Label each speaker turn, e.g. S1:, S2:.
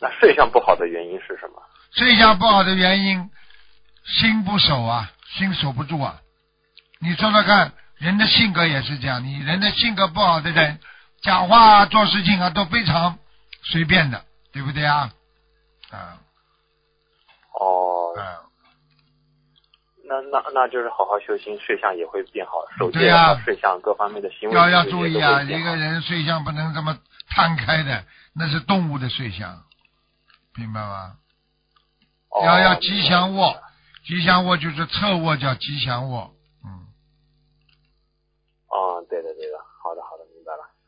S1: 那睡相不好的原因是什么？
S2: 睡觉不好的原因，心不守啊，心守不住啊。你说说看，人的性格也是这样，你人的性格不好的人，讲话啊、做事情啊都非常随便的，对不对啊？啊，
S1: 哦，
S2: 嗯。
S1: 那那那就是好好修心，睡相也会变好，守
S2: 对
S1: 戒
S2: 呀
S1: 啊、睡相各方面的行为
S2: 要要
S1: 这些
S2: 注
S1: 都
S2: 意
S1: 会
S2: 啊！
S1: 变
S2: 一
S1: 好
S2: 个人睡相不能这么摊开的，那是动物的睡相，明白吗？
S1: 哦
S2: 要要吉祥卧，吉祥卧就是侧卧叫吉祥卧，嗯
S1: 哦